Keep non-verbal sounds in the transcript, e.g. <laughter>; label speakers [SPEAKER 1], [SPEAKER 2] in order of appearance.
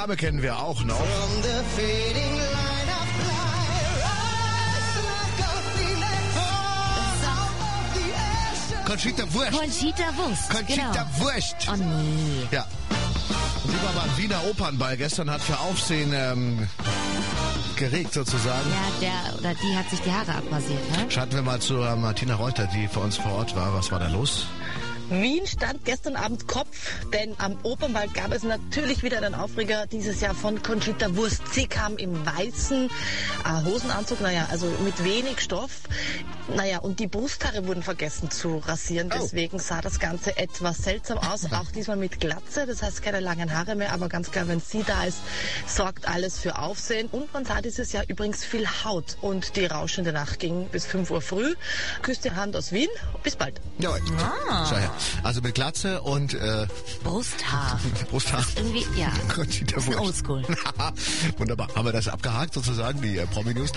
[SPEAKER 1] Aber kennen wir auch noch.
[SPEAKER 2] From the fading line of light, rise like a phoenix. The sound of the ocean.
[SPEAKER 1] Conchita Wurst.
[SPEAKER 3] Conchita Wurst.
[SPEAKER 1] Conchita
[SPEAKER 3] genau.
[SPEAKER 1] Wurst.
[SPEAKER 3] Oh nee.
[SPEAKER 1] Ja. Und sie war beim Wiener Opernball gestern, hat für Aufsehen ähm, geregt sozusagen.
[SPEAKER 3] Ja, der oder die hat sich die Haare abrasiert, ne?
[SPEAKER 1] Schalten wir mal zu äh, Martina Reuter, die für uns vor Ort war. Was war da los?
[SPEAKER 4] Wien stand gestern Abend Kopf, denn am Opernball gab es natürlich wieder den Aufreger dieses Jahr von Conchita Wurst. Sie kam im weißen äh, Hosenanzug, naja, also mit wenig Stoff. Naja, und die Brusthaare wurden vergessen zu rasieren,
[SPEAKER 1] Oh.
[SPEAKER 4] deswegen sah das Ganze etwas seltsam aus, auch diesmal mit Glatze, das heißt keine langen Haare mehr, aber ganz klar, wenn sie da ist, sorgt alles für Aufsehen. Und man sah dieses Jahr übrigens viel Haut und die rauschende Nacht ging bis 5 Uhr früh. Küsste Hand aus Wien, bis bald.
[SPEAKER 1] Ja, schau her. Also mit Glatze und äh,
[SPEAKER 3] Brusthaar.
[SPEAKER 1] Brusthaar.
[SPEAKER 3] Irgendwie, ja.
[SPEAKER 1] <laughs> Conchita
[SPEAKER 3] Bisschen
[SPEAKER 1] Wurst. <laughs>
[SPEAKER 3] oldschool.
[SPEAKER 1] Wunderbar. Haben wir das abgehakt sozusagen, die äh, Promi-News?